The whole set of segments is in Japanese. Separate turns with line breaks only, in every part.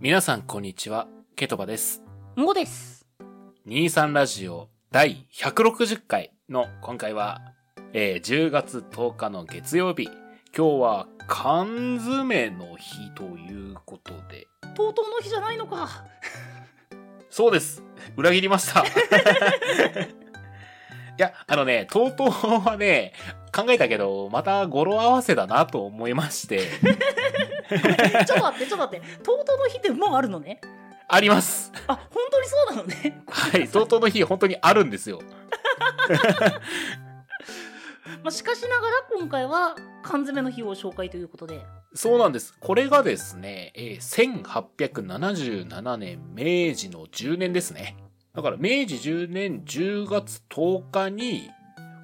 皆さんこんにちは、ケトバです。
もです。
23ラジオ第160回の今回は、えー10月10日の月曜日。今日は缶詰の日ということで。
とうとうの日じゃないのか。
そうです。裏切りました。い や、あのね、とうとうはね、考えたけど、また語呂合わせだなと思いまして、
ちょっと待って、ちょっと待って。とうとうの日ってもうあるのね。
あります。
あ、本当にそうなのね。
はい、とうとうの日本当にあるんですよ。
まあ、しかしながら今回は缶詰の日を紹介ということで。
そうなんです。これがですね、えー1877年、明治の10年ですね。だから明治10年10月10日に、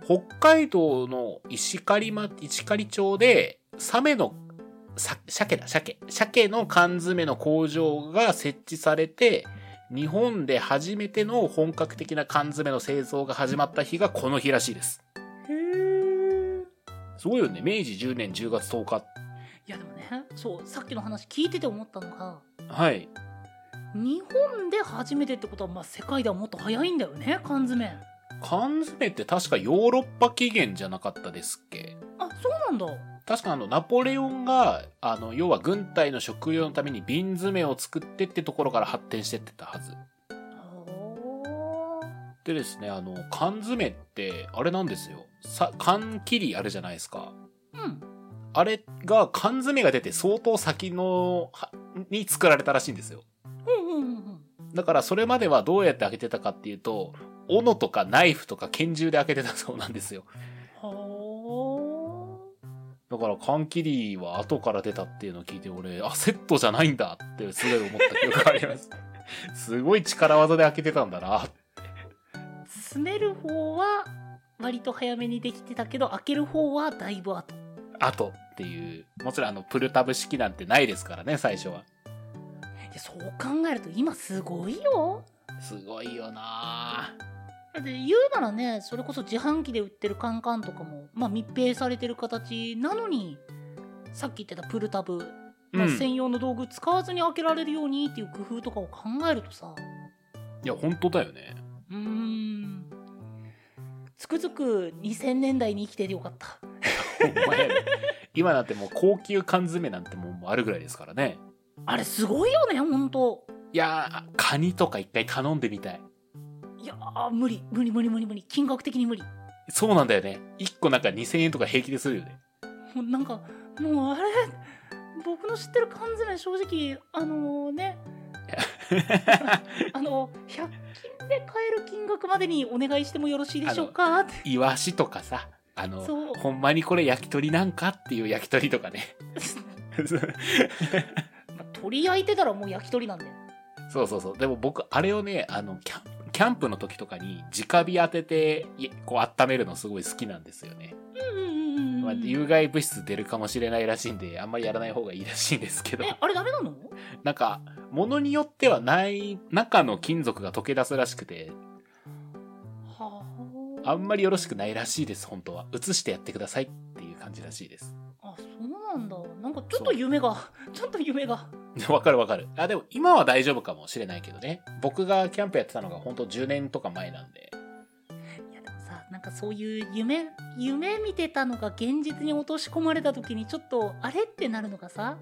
北海道の石狩,、ま、石狩町で、サメの、さ鮭だ、鮭。鮭の缶詰の工場が設置されて、日本で初めての本格的な缶詰の製造が始まった日がこの日らしいです。
へえ。
すごいよね。明治10年10月10日。
いやでもね、そう、さっきの話聞いてて思ったのが、
はい。
日本で初めてってことは、まあ、世界ではもっと早いんだよね、缶詰。あ、
缶詰って確かヨーロッパ起源じゃなかったですっけ
そうなんだ。
確かあのナポレオンがあの要は軍隊の食料のために瓶詰めを作ってってところから発展してってたはず
おー
でですねあの缶詰ってあれなんですよさ缶切りあるじゃないですか
うん。
あれが缶詰が出て相当先のはに作られたらしいんですよ
うんうんうんうん。
だからそれまではどうやって開けてたかっていうと斧とかナイフとか拳銃で開けてたそうなんですよ
は
だから缶切りは後から出たっていうのを聞いて俺、あ、セットじゃないんだってすごい思った記憶があります。すごい力技で開けてたんだな。
あ。詰める方は、割と早めにできてたけど、開ける方はだいぶ後。
あとっていう。もちろんあの、プルタブ式なんてないですからね、最初は。
いやそう考えると今すごいよ
すごいよなぁ
だって言うならねそれこそ自販機で売ってるカンカンとかも、まあ、密閉されてる形なのにさっき言ってたプルタブ、まあ、
うん。い
専用の道具使わずに開けられるようにっていう工夫とかを考えるとさ
や、本当だよね。
うーんつくづく2000年代に生きててよかった
ほんまやね。今なんてもう高級缶詰なんてもうあるぐらいですからね。
あれすごいよねほんと
いやー、カニとか一回頼んでみたい。
いやー無理無理無理無理無理金額的に無理
そうなんだよね。一個なんか2000円とか平気でするよね。
もうなんかもうあれ僕の知ってる缶詰正直あのねあの100均で買える金額までにお願いしてもよろしいでしょうかって
イワシとかさ、あの、
そう
ほんまにこれ焼き鳥なんかっていう焼き鳥とかね。
まあ取り焼いてたらもう焼き鳥なんで
そうそうそう。でも僕、あれをね、あの、キャンキャンプの時とかに直火当てて、いこう温めるのすごい好きなんですよね。
うんうんうんうん
まあ、有害物質出るかもしれないらしいんで、あんまりやらない方がいいらしいんです けど。
えあれダメなの
なんか、物によってはない、中の金属が溶け出すらしくて、
はあ
あんまりよろしくないらしいです、本当は。移してやってくださいっていう感じらしいです。
あそうなんだなんかちょっと夢がちょっと夢が
わかるわかる。あ、でも今は大丈夫かもしれないけどね。僕がキャンプやってたのが本当10年とか前なんで。
いやでもさなんかそういう夢夢見てたのが現実に落とし込まれた時にちょっとあれってなるのがさ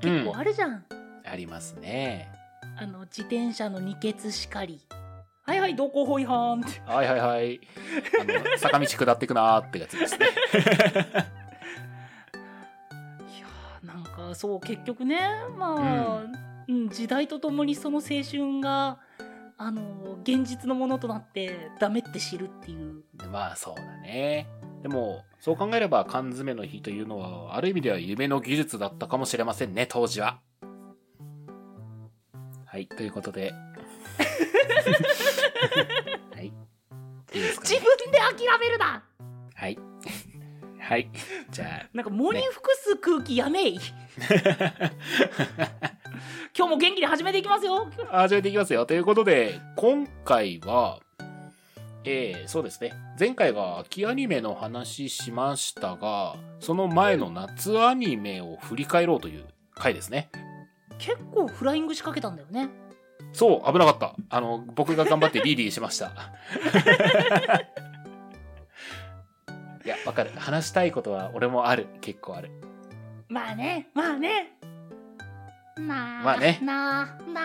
結構あるじゃん、
ありますね。
あの自転車の二欠しかりはいはい道交法違反って
はいはいはい。あの、坂道下ってくなーってやつですね。
いやーなんかそう結局ねまあ、うん時代とともにその青春があの現実のものとなってダメって知るっていう
まあそうだね。でも、そう考えれば缶詰の日というのは、ある意味では夢の技術だったかもしれませんね、当時は。はい、ということ で。はい。いいですか、
自
ね、
分で諦めるな
はい。はい。じゃあ、
なんか喪に服す空気や めい、今日も元気に始めていきますよ
始めていきますよ。ということで、今回は、えー、そうですね。前回が秋アニメの話しましたが、その前の夏アニメを振り返ろうという回ですね。
結構フライング仕掛けたんだよね
そう、危なかった。あの、僕が頑張ってリーリーしました。 いや、わかる。話したいことは俺もある。結構ある。
まあねまあねなあ、
まあね
なあな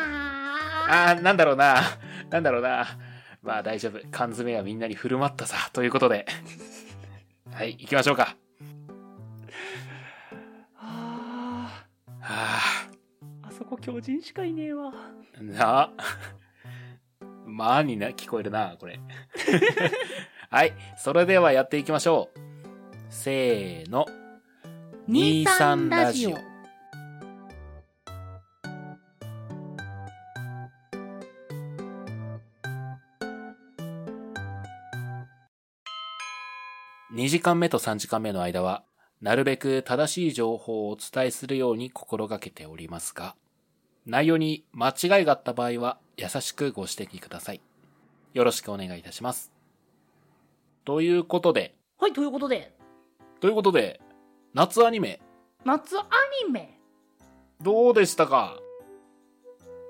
あ
あー、なんだろうな。なんだろうな。まあ大丈夫。缶詰はみんなに振る舞ったさ。ということで。はい、行きましょうか。
あ
は
ーあそこ狂人しかいねえわ
あ、なあ。まあにな、聞こえるな、 これ。はい、それではやっていきましょう。せーの。23ラジオ2時間目と3時間目の間は、なるべく正しい情報をお伝えするように心がけておりますが、内容に間違いがあった場合は、優しくご指摘ください。よろしくお願いいたします。ということで、
はいということで
ということで、夏アニメ、
夏アニメ
どうでしたか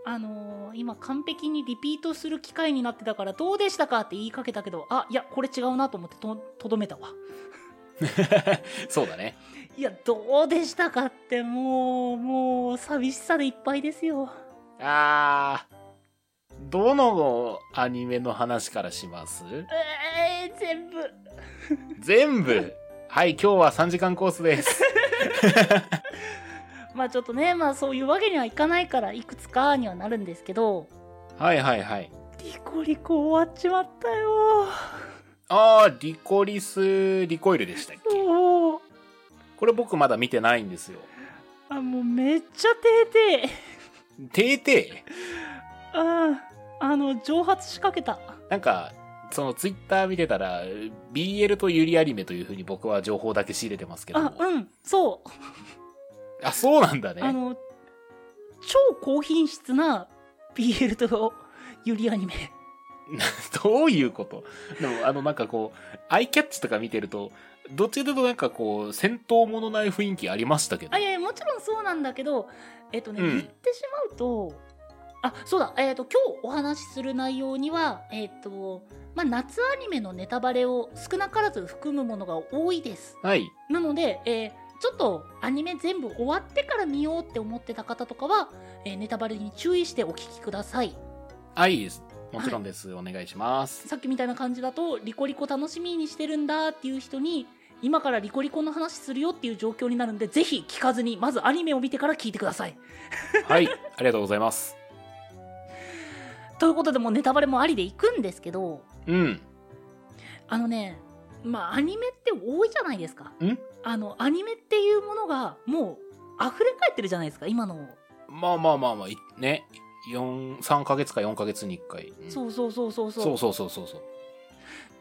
あのー今完璧にリピートする機会になってたからどうでしたかって言いかけたけどあいやこれ違うなと思ってととどめたわ
そうだね。
いやどうでしたかってもうもう寂しさでいっぱいですよ
あー、どのアニメの話からします
えー、全部
全部はい、今日は3時間コースです。
まあちょっとねまあそういうわけにはいかないからいくつかにはなるんですけど
はいはいはい。
リコリコ終わっちまったよ
あー、リコリス、リコイルでしたっけ
そう
これ僕まだ見てないんですよ。
あもうめっちゃてーて
てーて
ーあーあの蒸発しかけた
ーなんか、そのツイッター見てたら、BL とユリアニメというふうに僕は情報だけ仕入れてますけども
あ。うんそう
あ、そうなんだ
あ
ね。
の超高品質な BL とユリアニメ
どういうことでも、あの、なんかこう、アイキャッチとか見てると、どっちでとなんかこう、戦闘ものない雰囲気ありましたけど
あ。いやいやもちろんそうなんだけどえっとね、
うん
言ってしまうとあそうだえっと今日お話しする内容にはえっとまあ夏アニメのネタバレを少なからず含むものが多いです
はい。
なので、えーちょっとアニメ全部終わってから見ようって思ってた方とかは、えーネタバレに注意してお聞きください
はい。もちろんです。お願いします。
さっきみたいな感じだとリコリコ楽しみにしてるんだっていう人に今からリコリコの話するよっていう状況になるんでぜひ聞かずにまずアニメを見てから聞いてください
はい。ありがとうございます。
ということでもうネタバレもありでいくんですけど
うん。
あのねまあアニメって多いじゃないですか
ん
あのアニメっていうものがもう溢れ返ってるじゃないですか今の、
まあまあまあまあ、いね。四3ヶ月か4ヶ月に1回。うん
そうそうそうそうそう
そうそうそうそうそう。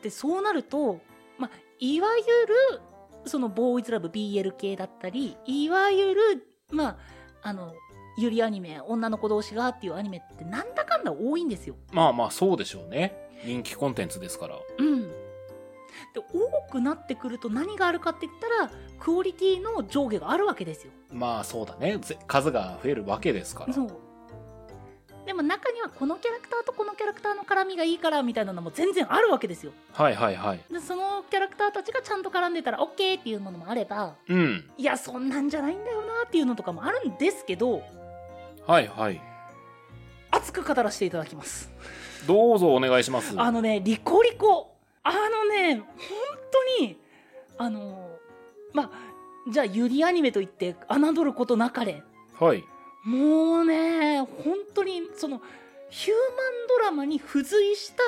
でそうなると、まあ、いわゆるそのボーイズラブ BL 系だったりいわゆるまああのゆりアニメ女の子同士がっていうアニメってなんだかんだ多いんですよ。
まあまあそうでしょうね。人気コンテンツですから。
うん、で多くなってくると何があるかって言ったらクオリティの上下があるわけですよ。
まあそうだね。ぜ数が増えるわけですから。
そうでも中にはこのキャラクターとこのキャラクターの絡みがいいからみたいなのも全然あるわけですよ。
はいはいはい。
でそのキャラクターたちがちゃんと絡んでたら OK っていうものもあれば
うん。
いやそんなんじゃないんだよなっていうのとかもあるんですけど
はいはい。
熱く語らせていただきます
どうぞお願いします。
あのねリコリコあのね本当にあのまあじゃあゆりアニメといって侮ることなかれ
はい。
もうね本当にそのヒューマンドラマに付随した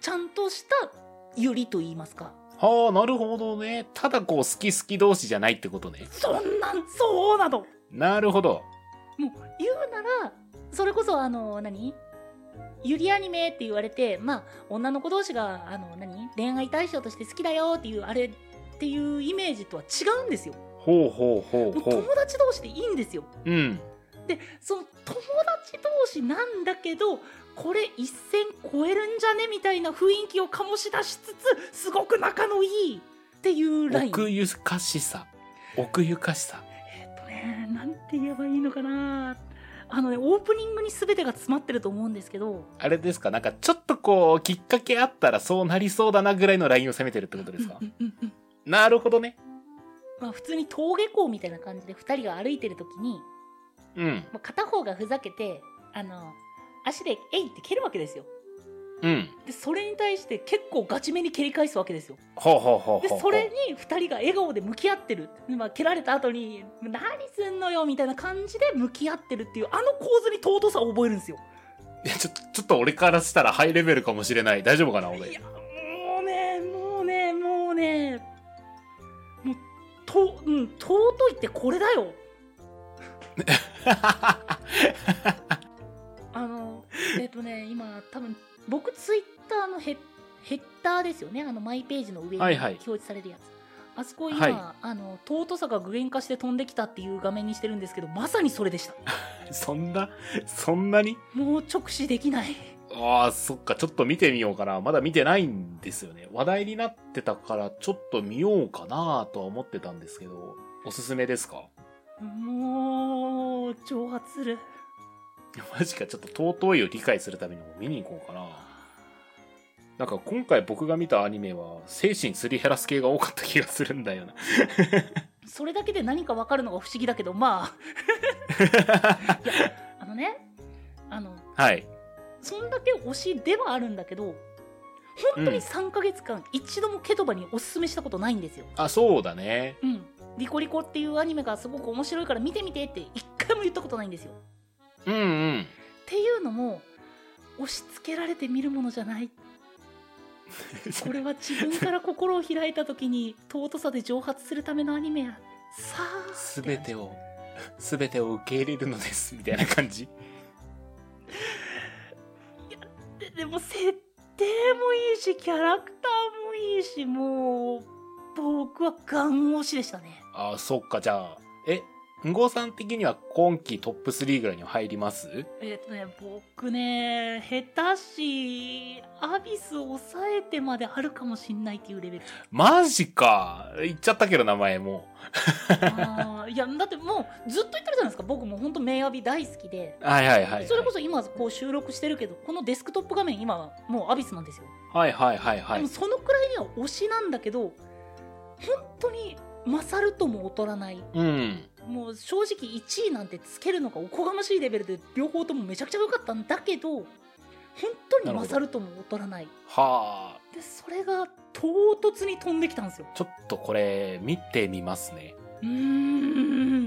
ちゃんとしたゆりと言いますか
はあ、なるほどね。ただこう好き好き同士じゃないってことね。
そんなんそうなの
なるほど。
もう言うならそれこそあの何ゆりアニメって言われてまあ女の子同士があの何恋愛対象として好きだよっていうあれっていうイメージとは違うんですよ
ほうほうほう
もう
ほ
友達同士でいいんですよ
う。うん。
でその友達同士なんだけどこれ一線超えるんじゃねみたいな雰囲気を醸し出しつつすごく仲のいいっていうライン
奥ゆかしさ。奥ゆかしさ。
えっとねなんて言えばいいのかなあのね、オープニングに全てが詰まってると思うんですけど、
あれですかなんかちょっとこう、きっかけあったらそうなりそうだなぐらいのラインを攻めてるってことです か
うんうんうんうん
なるほどね。
まあ、普通に登下校みたいな感じで2人が歩いてる時に、
うん。
まあ、片方がふざけて、あの、足で、えいって蹴るわけですよ。
うん。
で、それに対して結構ガチめに蹴り返すわけですよ。
ほうほうほう
で
ほう。
それに2人が笑顔で向き合ってる、まあ、蹴られた後に「何すんのよ」みたいな感じで向き合ってるっていうあの構図に尊さを覚えるんですよ
いや、ちょっと、ちょっと俺からしたらハイレベルかもしれない。大丈夫かな、
い
俺
や。もうねもうねもうねもうと、うん、尊いってこれだよあのえっ、とね今多分僕ツイッターのヘッヘッダーですよねあのマイページの上に
はいはい
表示されるやつ、あそこ今、
はい
あの尊さが具現化して飛んできたっていう画面にしてるんですけどまさにそれでした
そんな、そんなに
もう直視できない
ああ、そっか、ちょっと見てみようかな。まだ見てないんですよね。話題になってたから、ちょっと見ようかなとは思ってたんですけど、おすすめですか
もう蒸発する
マジか、ちょっと尊いを理解するためにも見に行こうかな。なんか今回僕が見たアニメは、精神すり減らす系が多かった気がするんだよな。
それだけで何か分かるのが不思議だけどまあいやあのねあの
はい。
そんだけ推しではあるんだけど本当に3ヶ月間一度もケトバにおすすめしたことないんですよ。
あ、そうだね。
うん、リコリコっていうアニメがすごく面白いから見てみてって一回も言ったことないんですよ。
うんうん。
っていうのも押し付けられて見るものじゃない これは自分から心を開いた時に尊さで蒸発するためのアニメやさあ
すべてを、すべてを受け入れるのです、みたいな感じ。
ででも設定もいいしキャラクターもいいしもう僕はガン推しでしたね
あー、そっか、じゃあ、え、んごさん的には今季トップ3ぐらいには入ります
えっとね僕ね下手しアビス抑えてまであるかもしんないっていうレベル
マジか。言っちゃったけど、名前も。
あーいやだってもうずっと言ってるじゃないですか僕もうほんと名アビ大好きで
はいはいはい。
それこそ今こう収録してるけどこのデスクトップ画面今はもうアビスなんですよ
はいはいはいは
でも
い。
そのくらいには推しなんだけど本当に勝るとも劣らない
うん。
もう正直1位なんてつけるのがおこがましいレベルで両方ともめちゃくちゃ良かったんだけど本当に勝るとも劣らない
はあ。
でそれが唐突に飛んできたんですよ
ちょっとこれ、見てみますね。
うー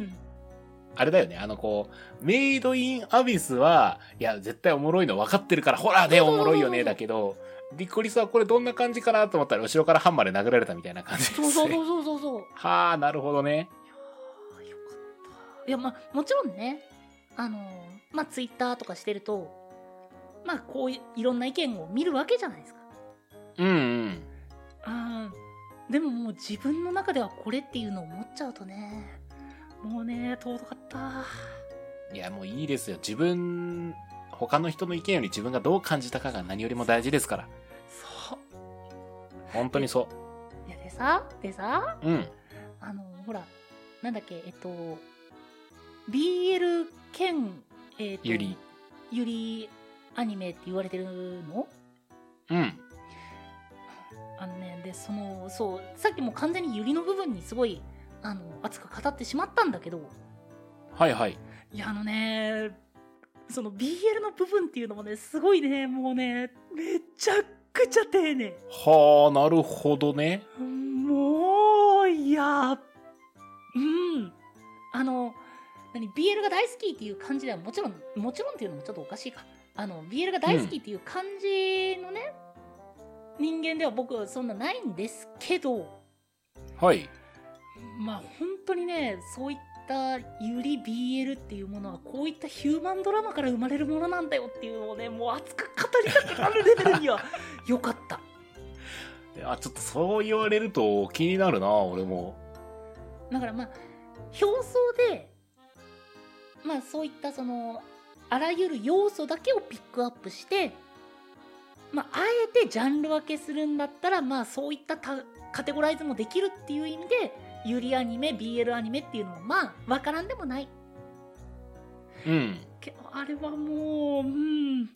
ん
あれだよね、あのこう、メイドインアビスは、いや、絶対おもろいの分かってるから、ほらね、
そうそ
お
うそ
も
うそう
ろいよね、だけど、リコリスはこれどんな感じかなと思ったら、後ろからハンマーで殴られたみたいな感じです、
そ
ね。
うそうそうそうそうそう
はあ、なるほどね。
あよかったいやまあもちろんねあのまあツイッターとかしてるとまあこういういろんな意見を見るわけじゃないですか
うんうん。
あーでももう自分の中ではこれっていうのを持っちゃうとねもうね尊かった
いや、もういいですよ。自分、他の人の意見より自分がどう感じたかが何よりも大事ですから。
そ
本当にそう
いやでさでさ
う。うん。
あのほらなんだっけえっと BL 兼えっと
ゆり。
ゆりアニメって言われてるの
うん。
あのねでそのそうさっきもう完全にユリの部分にすごいあの熱く語ってしまったんだけど
はいはい。
いやあのねその BL の部分っていうのもねすごいねもうねめちゃくちゃ丁寧
はあ、なるほどね。
もういやうんあの何 BL が大好きっていう感じではもちろんもちろんっていうのもちょっとおかしいかあの BL が大好きっていう感じのね、人間では僕はそんなないんですけど
はい。
まあ本当にねそういったゆり BL っていうものはこういったヒューマンドラマから生まれるものなんだよっていうのをねもう熱く語りたくなるレベルにはよかった
あ、ちょっとそう言われると気になるな、俺も。
だからまあ表層でまあそういったそのあらゆる要素だけをピックアップしてまああえてジャンル分けするんだったらまあそういったたカテゴライズもできるっていう意味でゆりアニメ BL アニメっていうのもまあわからんでもない
うん。
けあれはもううん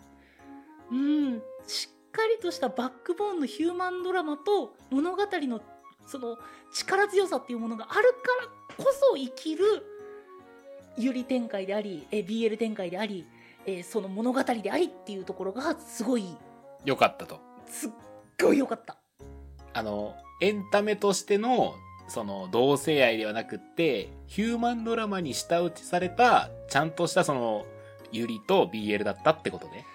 うんしっかりとしたバックボーンのヒューマンドラマと物語のその力強さっていうものがあるからこそ生きるゆり展開でありえ BL 展開でありえーその物語でありっていうところがすごい
よかったと。
すっごい良かった。
あの、エンタメとしての、その、同性愛ではなくって、ヒューマンドラマに下打ちされた、ちゃんとしたその、ゆりと BL だったってことね。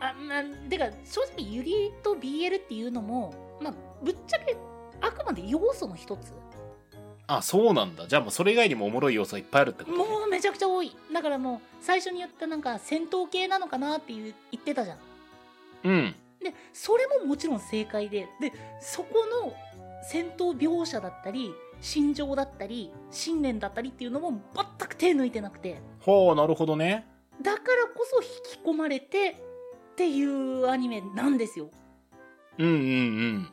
あまあ、てか正直ゆりと BL っていうのも、まあ、ぶっちゃけあくまで要素の一つ
あ、そうなんだ。じゃあもうそれ以外にもおもろい要素いっぱいあるってことね。
もうめちゃくちゃ多いだからもう最初に言ったなんか戦闘系なのかなっていう言ってたじゃん
うん。
でそれももちろん正解ででそこの戦闘描写だったり心情だったり信念だったりっていうのも全く手抜いてなくて
ほう、なるほどね。
だからこそ引き込まれてっていうアニメなんですよ
うんうん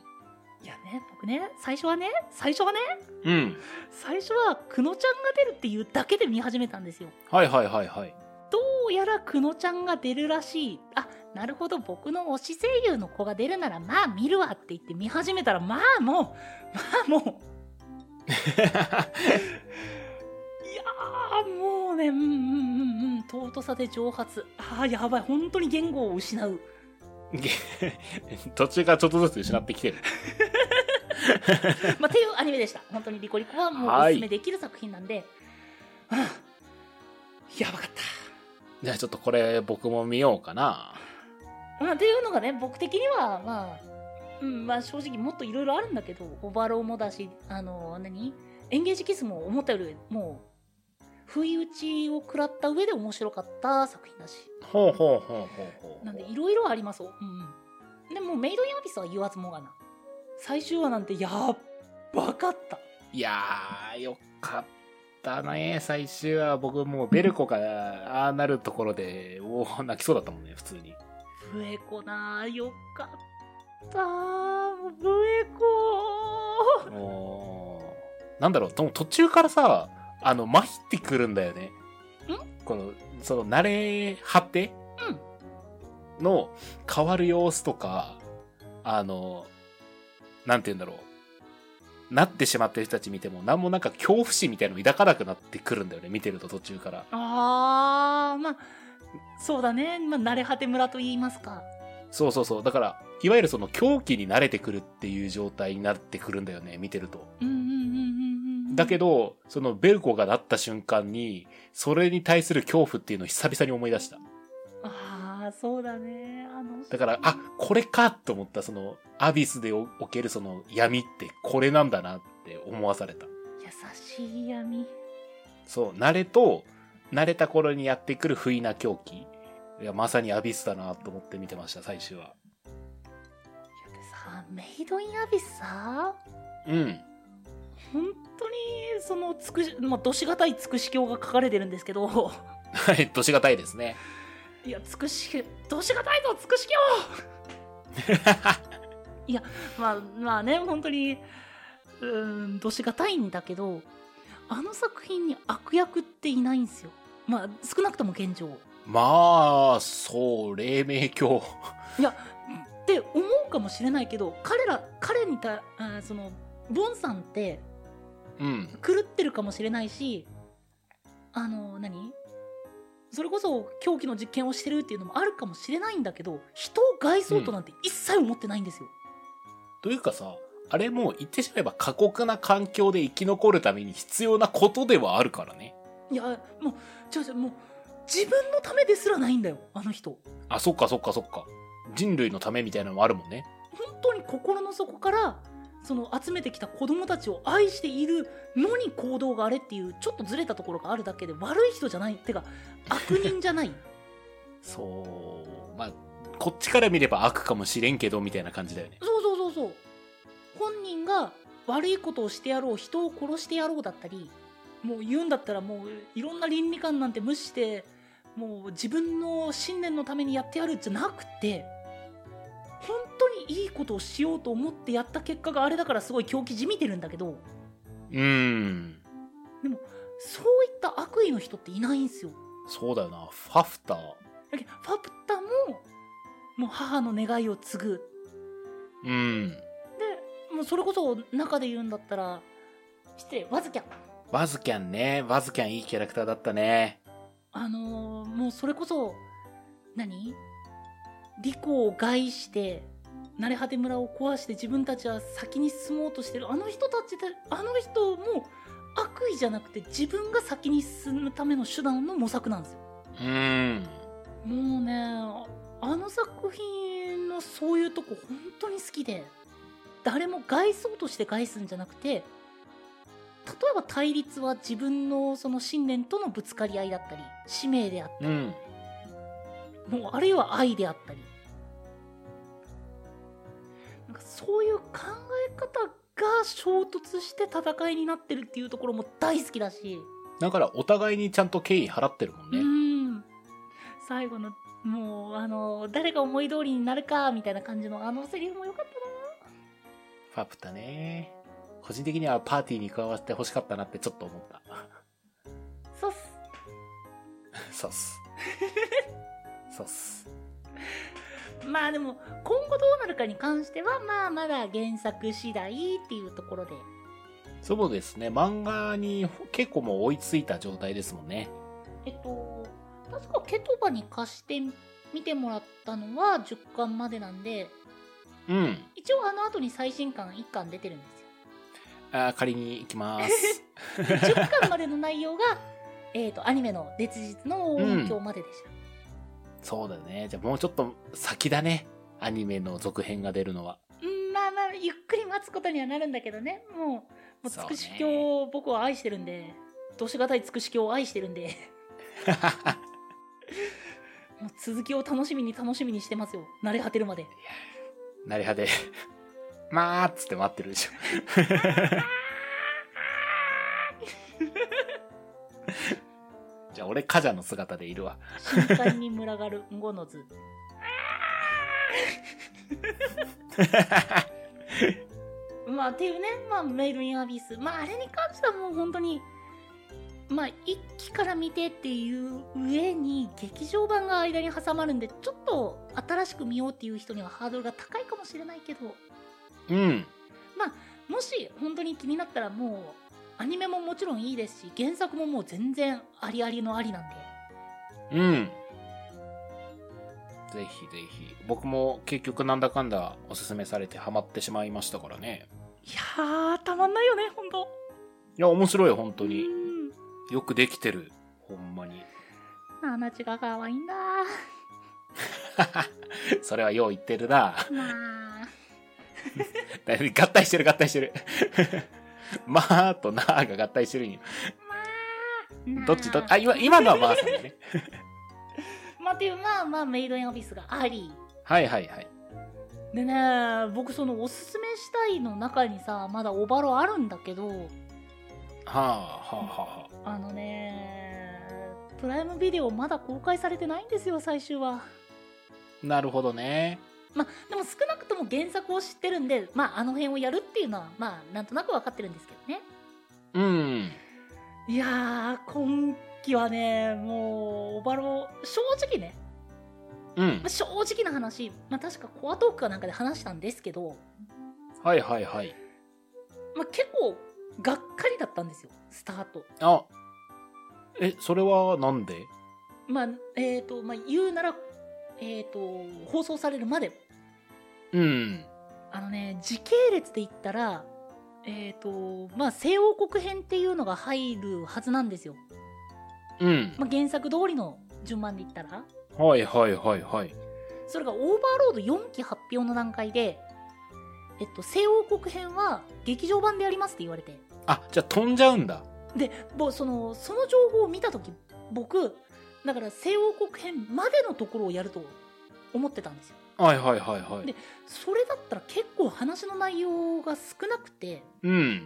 いやね僕ね最初はね最初はね
うん。うん。
最初はくのちゃんが出るっていうだけで見始めたんですよ
はいはいはいはい。
どうやらくのちゃんが出るらしいあなるほど僕の推し声優の子が出るならまあ見るわって言って見始めたらまあもう まあもういやーもうねうんうんうんうん尊さで蒸発あーやばい本当に言語を失う
途中からちょっとずつ失ってきてる。
まあ、っていうアニメでした。本当にリコリコはもうお
はい
すすめできる作品なんで。はあやばかっ
じゃあちょっとこれ僕も見ようかな。
た。まあ、っていうのがね、僕的には、まあ、うん、まあ正直もっといろいろあるんだけど、オバローもだし、あの、何エンゲージキスも思ったより、もう、不意打ちを食らった上で面白かった作品だし。
ほうほうほうほうほう。
なんで、いろいろありますよ。うんうん。でも、メイドインアビスは言わずもがな。最終話なんて、やっばかった。
いやー、よかったね。最終は僕もうベルコがああなるところで、おー泣きそうだったもんね、普通に。
ブエコなあよかったもうブエコ
おーなんだろう、でも途中からさ、あの、麻痺ってくるんだよね。この、その、慣れ果ての変わる様子とか、あの、なんて言うんだろう。なってしまってる人たち見ても、なんもなんか恐怖心みたいなの抱かなくなってくるんだよね、見てると途中から。
あーまあそうだね、まあ、慣れ果て村と言いますか
そうそうそう。だから、いわゆるその狂気に慣れてくるっていう状態になってくるんだよね、見てると。
うんうんうんうんうん
だけど、そのベルコがなった瞬間に、それに対する恐怖っていうのを久々に思い出した。
ああそうだねあの
だから、あ、これかと思った、その、アビスでお起きるその闇ってこれなんだなって思わされた。
優しい闇
そう、慣れと、慣れた頃にやってくる不意な狂気。いや、まさにアビスだなと思って見てました、最終は。
いやでさメイドインアビスさ
うん。
本当にそのつくしまあどしがたいつくし教が書かれてるんですけど
はい、年がたいですね。
いや、つくし、どうしがたいぞ、つくしきょいや、まあ、まあね、本当に、うーん、どうしがたいんだけど、あの作品に悪役っていないんですよ。まあ、少なくとも現状。
まあ、そう、黎明教。
って思うかもしれないけど、彼ら、彼にた、あーその、ボンさんって
うん。
狂ってるかもしれないし、あの、何それこそ狂気の実験をしてるっていうのもあるかもしれないんだけど、人を害そうとなんて一切思ってないんですよ。
というかさ、あれも言ってしまえば過酷な環境で生き残るために必要なことではあるからね。
いやもうちょちょもう自分のためですらないんだよあの人
あ、そっかそっかそっか。人類のためみたいなのもあるもんね。
本当に心の底からその集めてきた子供たちを愛しているのに行動があれっていうちょっとずれたところがあるだけで悪い人じゃないってか悪人じゃない
そう。まあ、こっちから見れば悪かもしれんけど、みたいな感じだよね。
そうそうそうそう本人が悪いことをしてやろう人を殺してやろうだったりもう言うんだったらもういろんな倫理観なんて無視してもう自分の信念のためにやってやるじゃなくて本当にいいことをしようと思ってやった結果があれだからすごい狂気じみてるんだけど
うーん。
そういった悪意の人っていないんですよ
そうだよな。ファフター。
だけどファプタももう母の願いを継ぐ
うん。
でもうそれこそ中で言うんだったら失礼ワズキャン
バズキャンね。バズキャンいいキャラクターだったね。
あのーもうそれこそ何リコを害して慣れ果て村を壊して自分たちは先に進もうとしてるあの人たちであの人も悪意じゃなくて自分が先に進むための手段の模索なんですよ
うん。
もうねあの作品のそういうとこ本当に好きで誰も害そうとして害すんじゃなくて例えば対立は自分のその信念とのぶつかり合いだったり使命であったり
うん。
もうあるいは愛であったりなんかそういう考え方が衝突して戦いになってるっていうところも大好きだし、
だからお互いにちゃんと敬意払ってるもん
う
ね。
ん最後のもうあの誰が思い通りになるかみたいな感じのあのセリフも良かったな
ファプタね。個人的にはパーティーに加わって欲しかったなってちょっと思った。
そうっす
そうっ す。そうっす。
まあでも今後どうなるかに関してはまあまだ原作次第っていうところで
そうですね。漫画に結構もう追いついた状態ですもんね。
えっと、確かケトバに貸して見てもらったのは10巻までなんで、
うん。
一応あの後に最新巻1巻出てるんで
あー借りに行きます。
すよ。10巻までの内容が、えっと、アニメの別日の音響まででした。
そうだね。じゃあもうちょっと先だね。アニメの続編が出るの は。
うん、まあまあ、ゆっくり待つことにはなるんだけどね。もう、もう
そう
つ
ね
くし教を僕は愛してるんで、どうしがたいつくし教を愛してるんで、もう続きを楽しみに楽しみにしてますよ。慣れ果てるまで。
なりはで、まーっつって待ってる でしょ。じゃあ俺、カジャの姿でい るわ。
深海に群がるんごの図。まあっていうね、まあ、メイドインアビス、まあ、あれに関してはもう本当に、まあ、一期から見てっていう上に劇場版が間に挟まるんでちょっと新しく見ようっていう人にはハードルが高いかもしれないけど
うん。
もし本当に気になったらもうアニメももちろんいいですし原作ももう全然ありありのありなんで
うん。ぜひぜひ。僕も結局なんだかんだおすすめされてハマってしまいましたからね。
いやーたまんないよね本
い
当
や、面白い、本当
当
に。よくできてる。ほんまに。
ナナチが可愛いんだ
それはよう言ってるな。
まあ
だいぶ合体してる合体してる。 まーとなーが合体してるんよ。どっちどっち、あ、今、今のはまーさんだね。
まあっていうまあまあメイドインアビスがあり
はいはいはい。
でね僕そのおすすめしたいの中にさまだオバロあるんだけど
はあ、はあはあはあ。
あのねプライムビデオまだ公開されてないんですよ最終は
なるほどね。
まあでも少なくとも原作を知ってるんでまああの辺をやるっていうのはまあなんとなく分かってるんですけどね
うん。
いやー今期はねもうオバロ正直ね
うん
まあ。正直な話、まあ、確かコアトークかなんかで話したんですけど、
はいはいはい。
まあ、結構がっかりだったんですよスタート
あ、え、それはなんで
まあえっ、とまあ言うならえっ、と放送されるまで
うん。
あのね時系列で言ったらえっ、とまあ西王国編っていうのが入るはずなんですよ、
うん。
まあ、原作通りの順番で言ったら
はいはいはいはい。
それがオーバーロード4期発表の段階でえっと西王国編は劇場版でやりますって言われて
あ、じゃあ飛んじゃうんだ。
でもうそのその情報を見た時僕だから西王国編までのところをやると思ってたんですよ
はいはいはいはい
で。それだったら結構話の内容が少なくて
うん。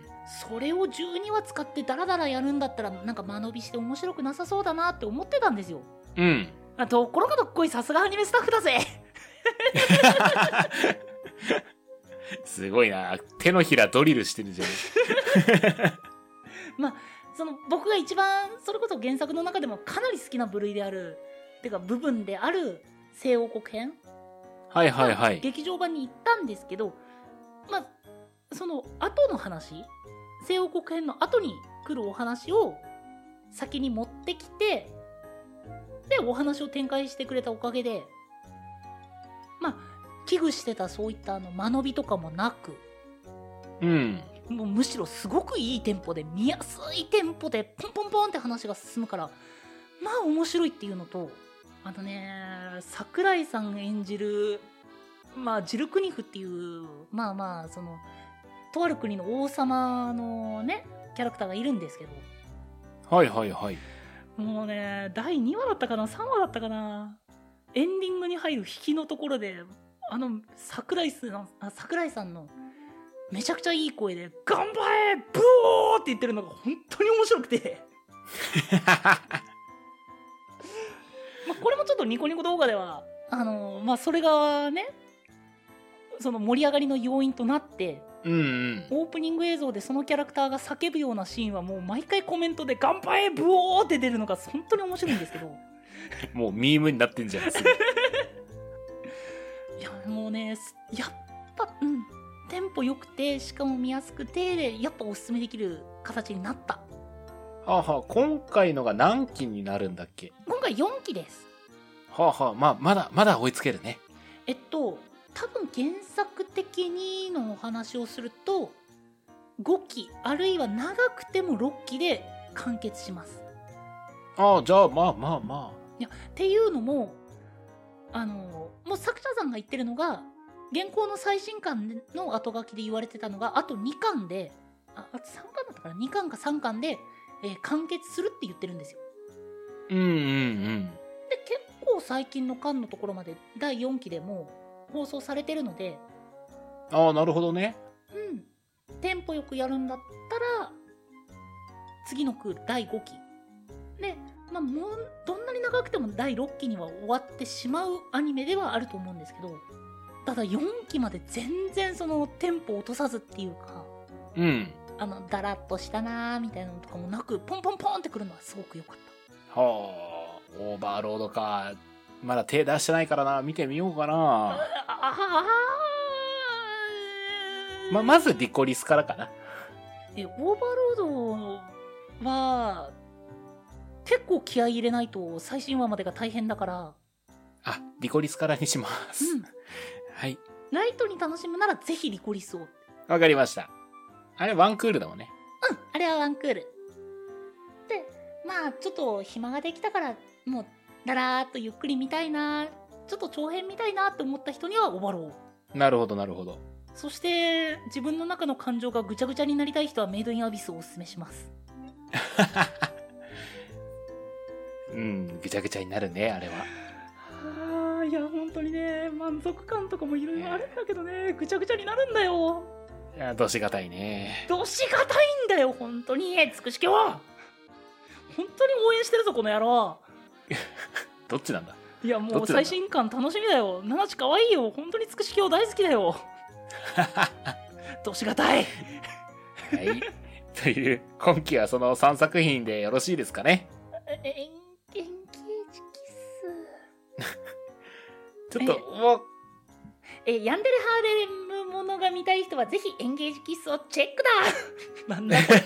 それを12話使ってダラダラやるんだったらなんか間延びして面白くなさそうだなって思ってたんですよ
うん。
あところがどっこいさすがアニメスタッフだぜ
すごいな。手のひらドリルしてるじゃん。
まあその僕が一番それこそ原作の中でもかなり好きな部類であるてか部分である西欧国編
はいはい はい。
劇場版に行ったんですけどまあその後の話西欧国編の後に来るお話を先に持ってきてでお話を展開してくれたおかげでまあ危惧してたそういったあの間延びとかもなく
うん。
もうむしろすごくいいテンポで見やすいテンポでポンポンポンって話が進むからまあ面白いっていうのとあのね桜井さん演じるまあジルクニフっていうまあまあそのとある国の王様のねキャラクターがいるんですけど
はいはいはい。
もうね第2話だったかな3話だったかなエンディングに入る引きのところであの桜井さんあ桜井さんのめちゃくちゃいい声で「頑張れブオー!」って言ってるのが本当に面白くて、まあ、これもちょっとニコニコ動画ではあのまあそれがねその盛り上がりの要因となって
うんうん。
オープニング映像でそのキャラクターが叫ぶようなシーンはもう毎回コメントで「頑張れブオー!」って出るのが本当に面白いんですけど。
もうミームになってんじゃん。すぐ
いやもうねすやっぱうんテンポ良くてしかも見やすくてでやっぱおすすめできる形になった
はあはあ、今回のが何期になるんだっけ
今回4期です
はあはあ、まあ、まだ、まだ追いつけるね。
えっと多分原作的にのお話をすると5期あるいは長くても6期で完結します
ああ、じゃあ、まあまあま
っていうのもあのもう作者さんが言ってるのが現行の最新刊の後書きで言われてたのがあと2巻でああと3巻だったから2巻か3巻で、えー完結するって言ってるんですよ
あ。うんうん
で結構最近の巻のところまで第4期でもう放送されてるので
うん。ああ、なるほどね。
うんテンポよくやるんだったら次の句第5期で、まあ、もうどんなに長くても第6期には終わってしまうアニメではあると思うんですけどただ4期まで全然そのテンポ落とさずっていうか
うん。
あのだらっとしたなーみたいなのとかもなくポンポンポンってくるのはすごく良かった
はあ、オーバーロードか。まだ手出してないからな、見てみようかな。
あああ
ま、まずリコリスからかな。
えオーバーロードは結構気合い入れないと最新話までが大変だから、
あ、リコリスからにします。
うん、
はい。
ライトに楽しむならぜひリコリスをうん
わかりました。あれ、ワンクールだもんね。
あれはワンクールでまあちょっと暇ができたからもうだらーっとゆっくり見たいなちょっと長編見たいなって思った人にはオーバーロード
なるほど、なるほど。
そして自分の中の感情がぐちゃぐちゃになりたい人はメイドインアビスをおすすめします
うん、ぐちゃぐちゃになるね、あれは。
あいや本当にね満足感とかもいろいろあるんだけどねぐちゃぐちゃになるんだよ
いやどうしがたいね。
どしがたいんだよ本当につくしきょ本当に応援してるぞこの野郎
どっちなんだ
いやも
どっ
う
ちなんだ
最新刊楽しみだよナナチ可愛いよ本当につくしきょ大好き だよどしがたい
はい。という、今期はその3作品でよろしいですかね。
ええキエージキス
ちょっと、もう、
えヤンデレハーレムものが見たい人はぜひエンゲージキスをチェックだ なんだこれ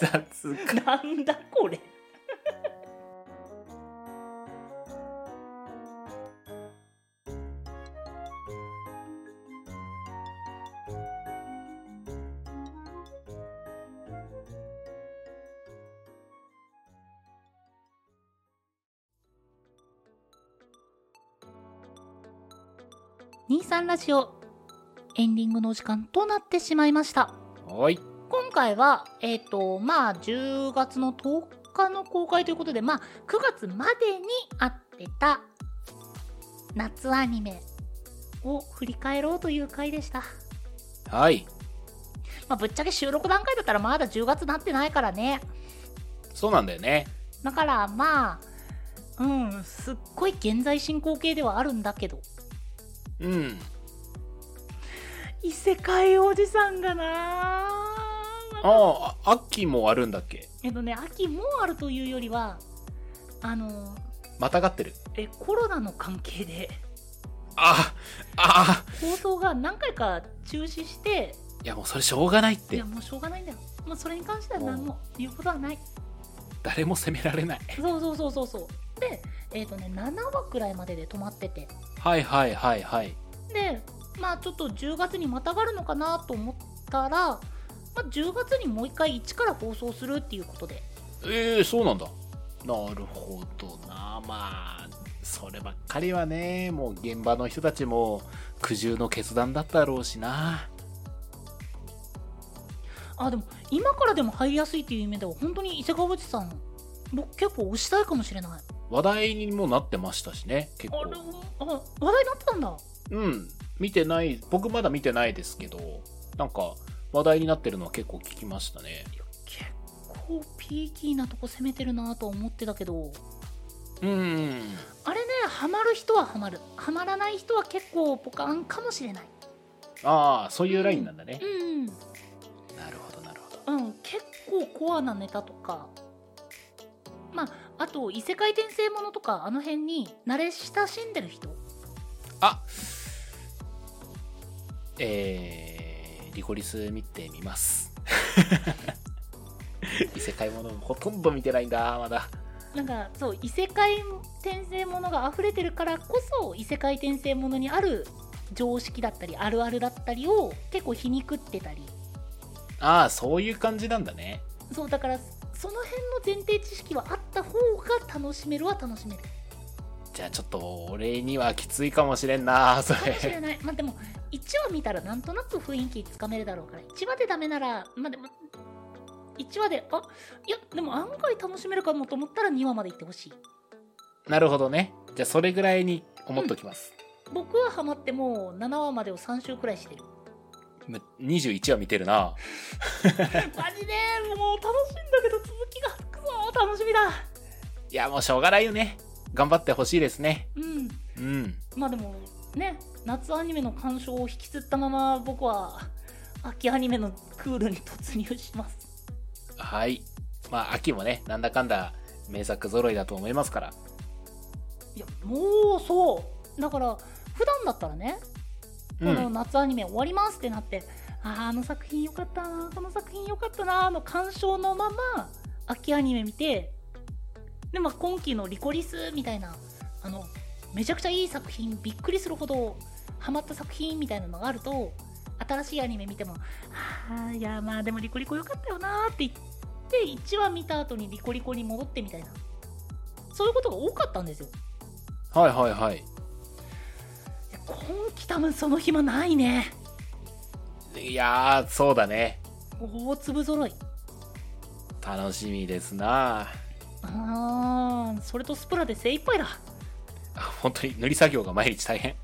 雑か。
なんだこれ23ラジオエンディングのお時間となってしまいました。
おい。
今回は、えっ、と、まあ、10月の10日の公開ということで、まあ、9月までにあってた夏アニメを振り返ろうという回でした。
はい。
まあ、ぶっちゃけ収録段階だったらまだ10月なってないからね。
そうなんだよね。
だから、まあ、うん、すっごい現在進行形ではあるんだけど。
うん。
異世界おじさんがなあ
ああ、秋もあるんだっけ
えっとね秋もあるというよりはあの
またがってる。
えコロナの関係で
ああ、あ
放送が何回か中止して
あ、いやもうそれしょうがないっ
い
て
や。もうしょうがないんだよもうそれに関しては何も言うことはない
誰も責められない。
そうそうそうそうそうでえっ、とね7話くらいまでで止まってて
はいはいはいはい。
でまあちょっと10月にまたがるのかなと思ったら、まあ、10月にもう一回1から放送するっていうことで
ええそうなんだ。なるほどな。まあ、そればっかりはね、もう現場の人たちも苦渋の決断だったろうしな。
あでも今からでも入りやすいっていう意味では本当に伊勢川おじさん僕結構推したいかもしれない
話題にもなってましたしね、結
あ
構。
れあ話題になってたんだ
うん、見てない、僕まだ見てないですけど、なんか話題になってるのは結構聞きましたね。
結構ピーキーなとこ攻めてるなとは思ってたけど
うん。
あれねハマる人はハマるハマらない人は結構ポカンかもしれない
ああ、そういうラインなんだね
う。ん
なるほど、なるほど。
うん、結構コアなネタとか、まあ、あと異世界転生ものとかあの辺に慣れ親しんでる人
あえー、リコリス見てみます。 異世界ものほとんど見てないんだ、まだ。
なんかそう異世界転生ものが溢れてるからこそ異世界転生ものにある常識だったりあるあるだったりを結構皮肉ってたり
ああ、そういう感じなんだね。
そうだからその辺の前提知識はあった方が楽しめるは楽しめる
じゃあちょっと俺にはきついかもしれんな、そ
かもし
れ。
れないまあでも1話見たらなんとなく雰囲気つかめるだろうから1話でダメならまあでも1話であいやでも案外楽しめるかもと思ったら2話まで行ってほしい
なるほどね。じゃあそれぐらいに思っときます。
僕はハマってもう7話までを3週くらいしてる
む21は見てるな。
マジでもう楽しいんだけど続きがくそー楽しみだ
いや、もうしょうがないよね。頑張ってほしいですね。
うん
うん。
まあでもね夏アニメの鑑賞を引きずったまま僕は秋アニメのクールに突入します
はい。まあ、秋もね、なんだかんだ名作揃いだと思いますから。
いやもうそうだから普段だったらね
う
この
ん。
夏アニメ終わりますってなって、あああの作品良かったなこの作品良かったなの鑑賞のまま秋アニメ見てで、まあ、今期の「リコリス」みたいなあのめちゃくちゃいい作品びっくりするほどハマった作品みたいなのがあると新しいアニメ見ても「ああいやまあでもリコリコ良かったよな」って言って1話見た後にリコリコに戻ってみたいなそういうことが多かったんですよ。
はいはいはい。
いや今期多分その暇ないね。
いやー、そうだね。
大粒揃い。
楽しみですな
あーそれとスプラで精一杯だ
あ本当に塗り作業が毎日大変。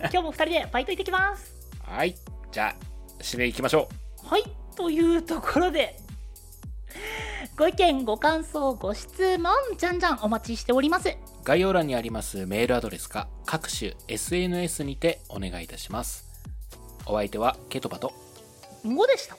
今日も2人でバイト行ってきます
はい。じゃあ、締めいきましょ
はいというところでご意見ご感想ご質問じゃんじゃんお待ちしております
う。概要欄にありますメールアドレスか各種 SNS にてお願いいたします。お相手はケトバと
5でした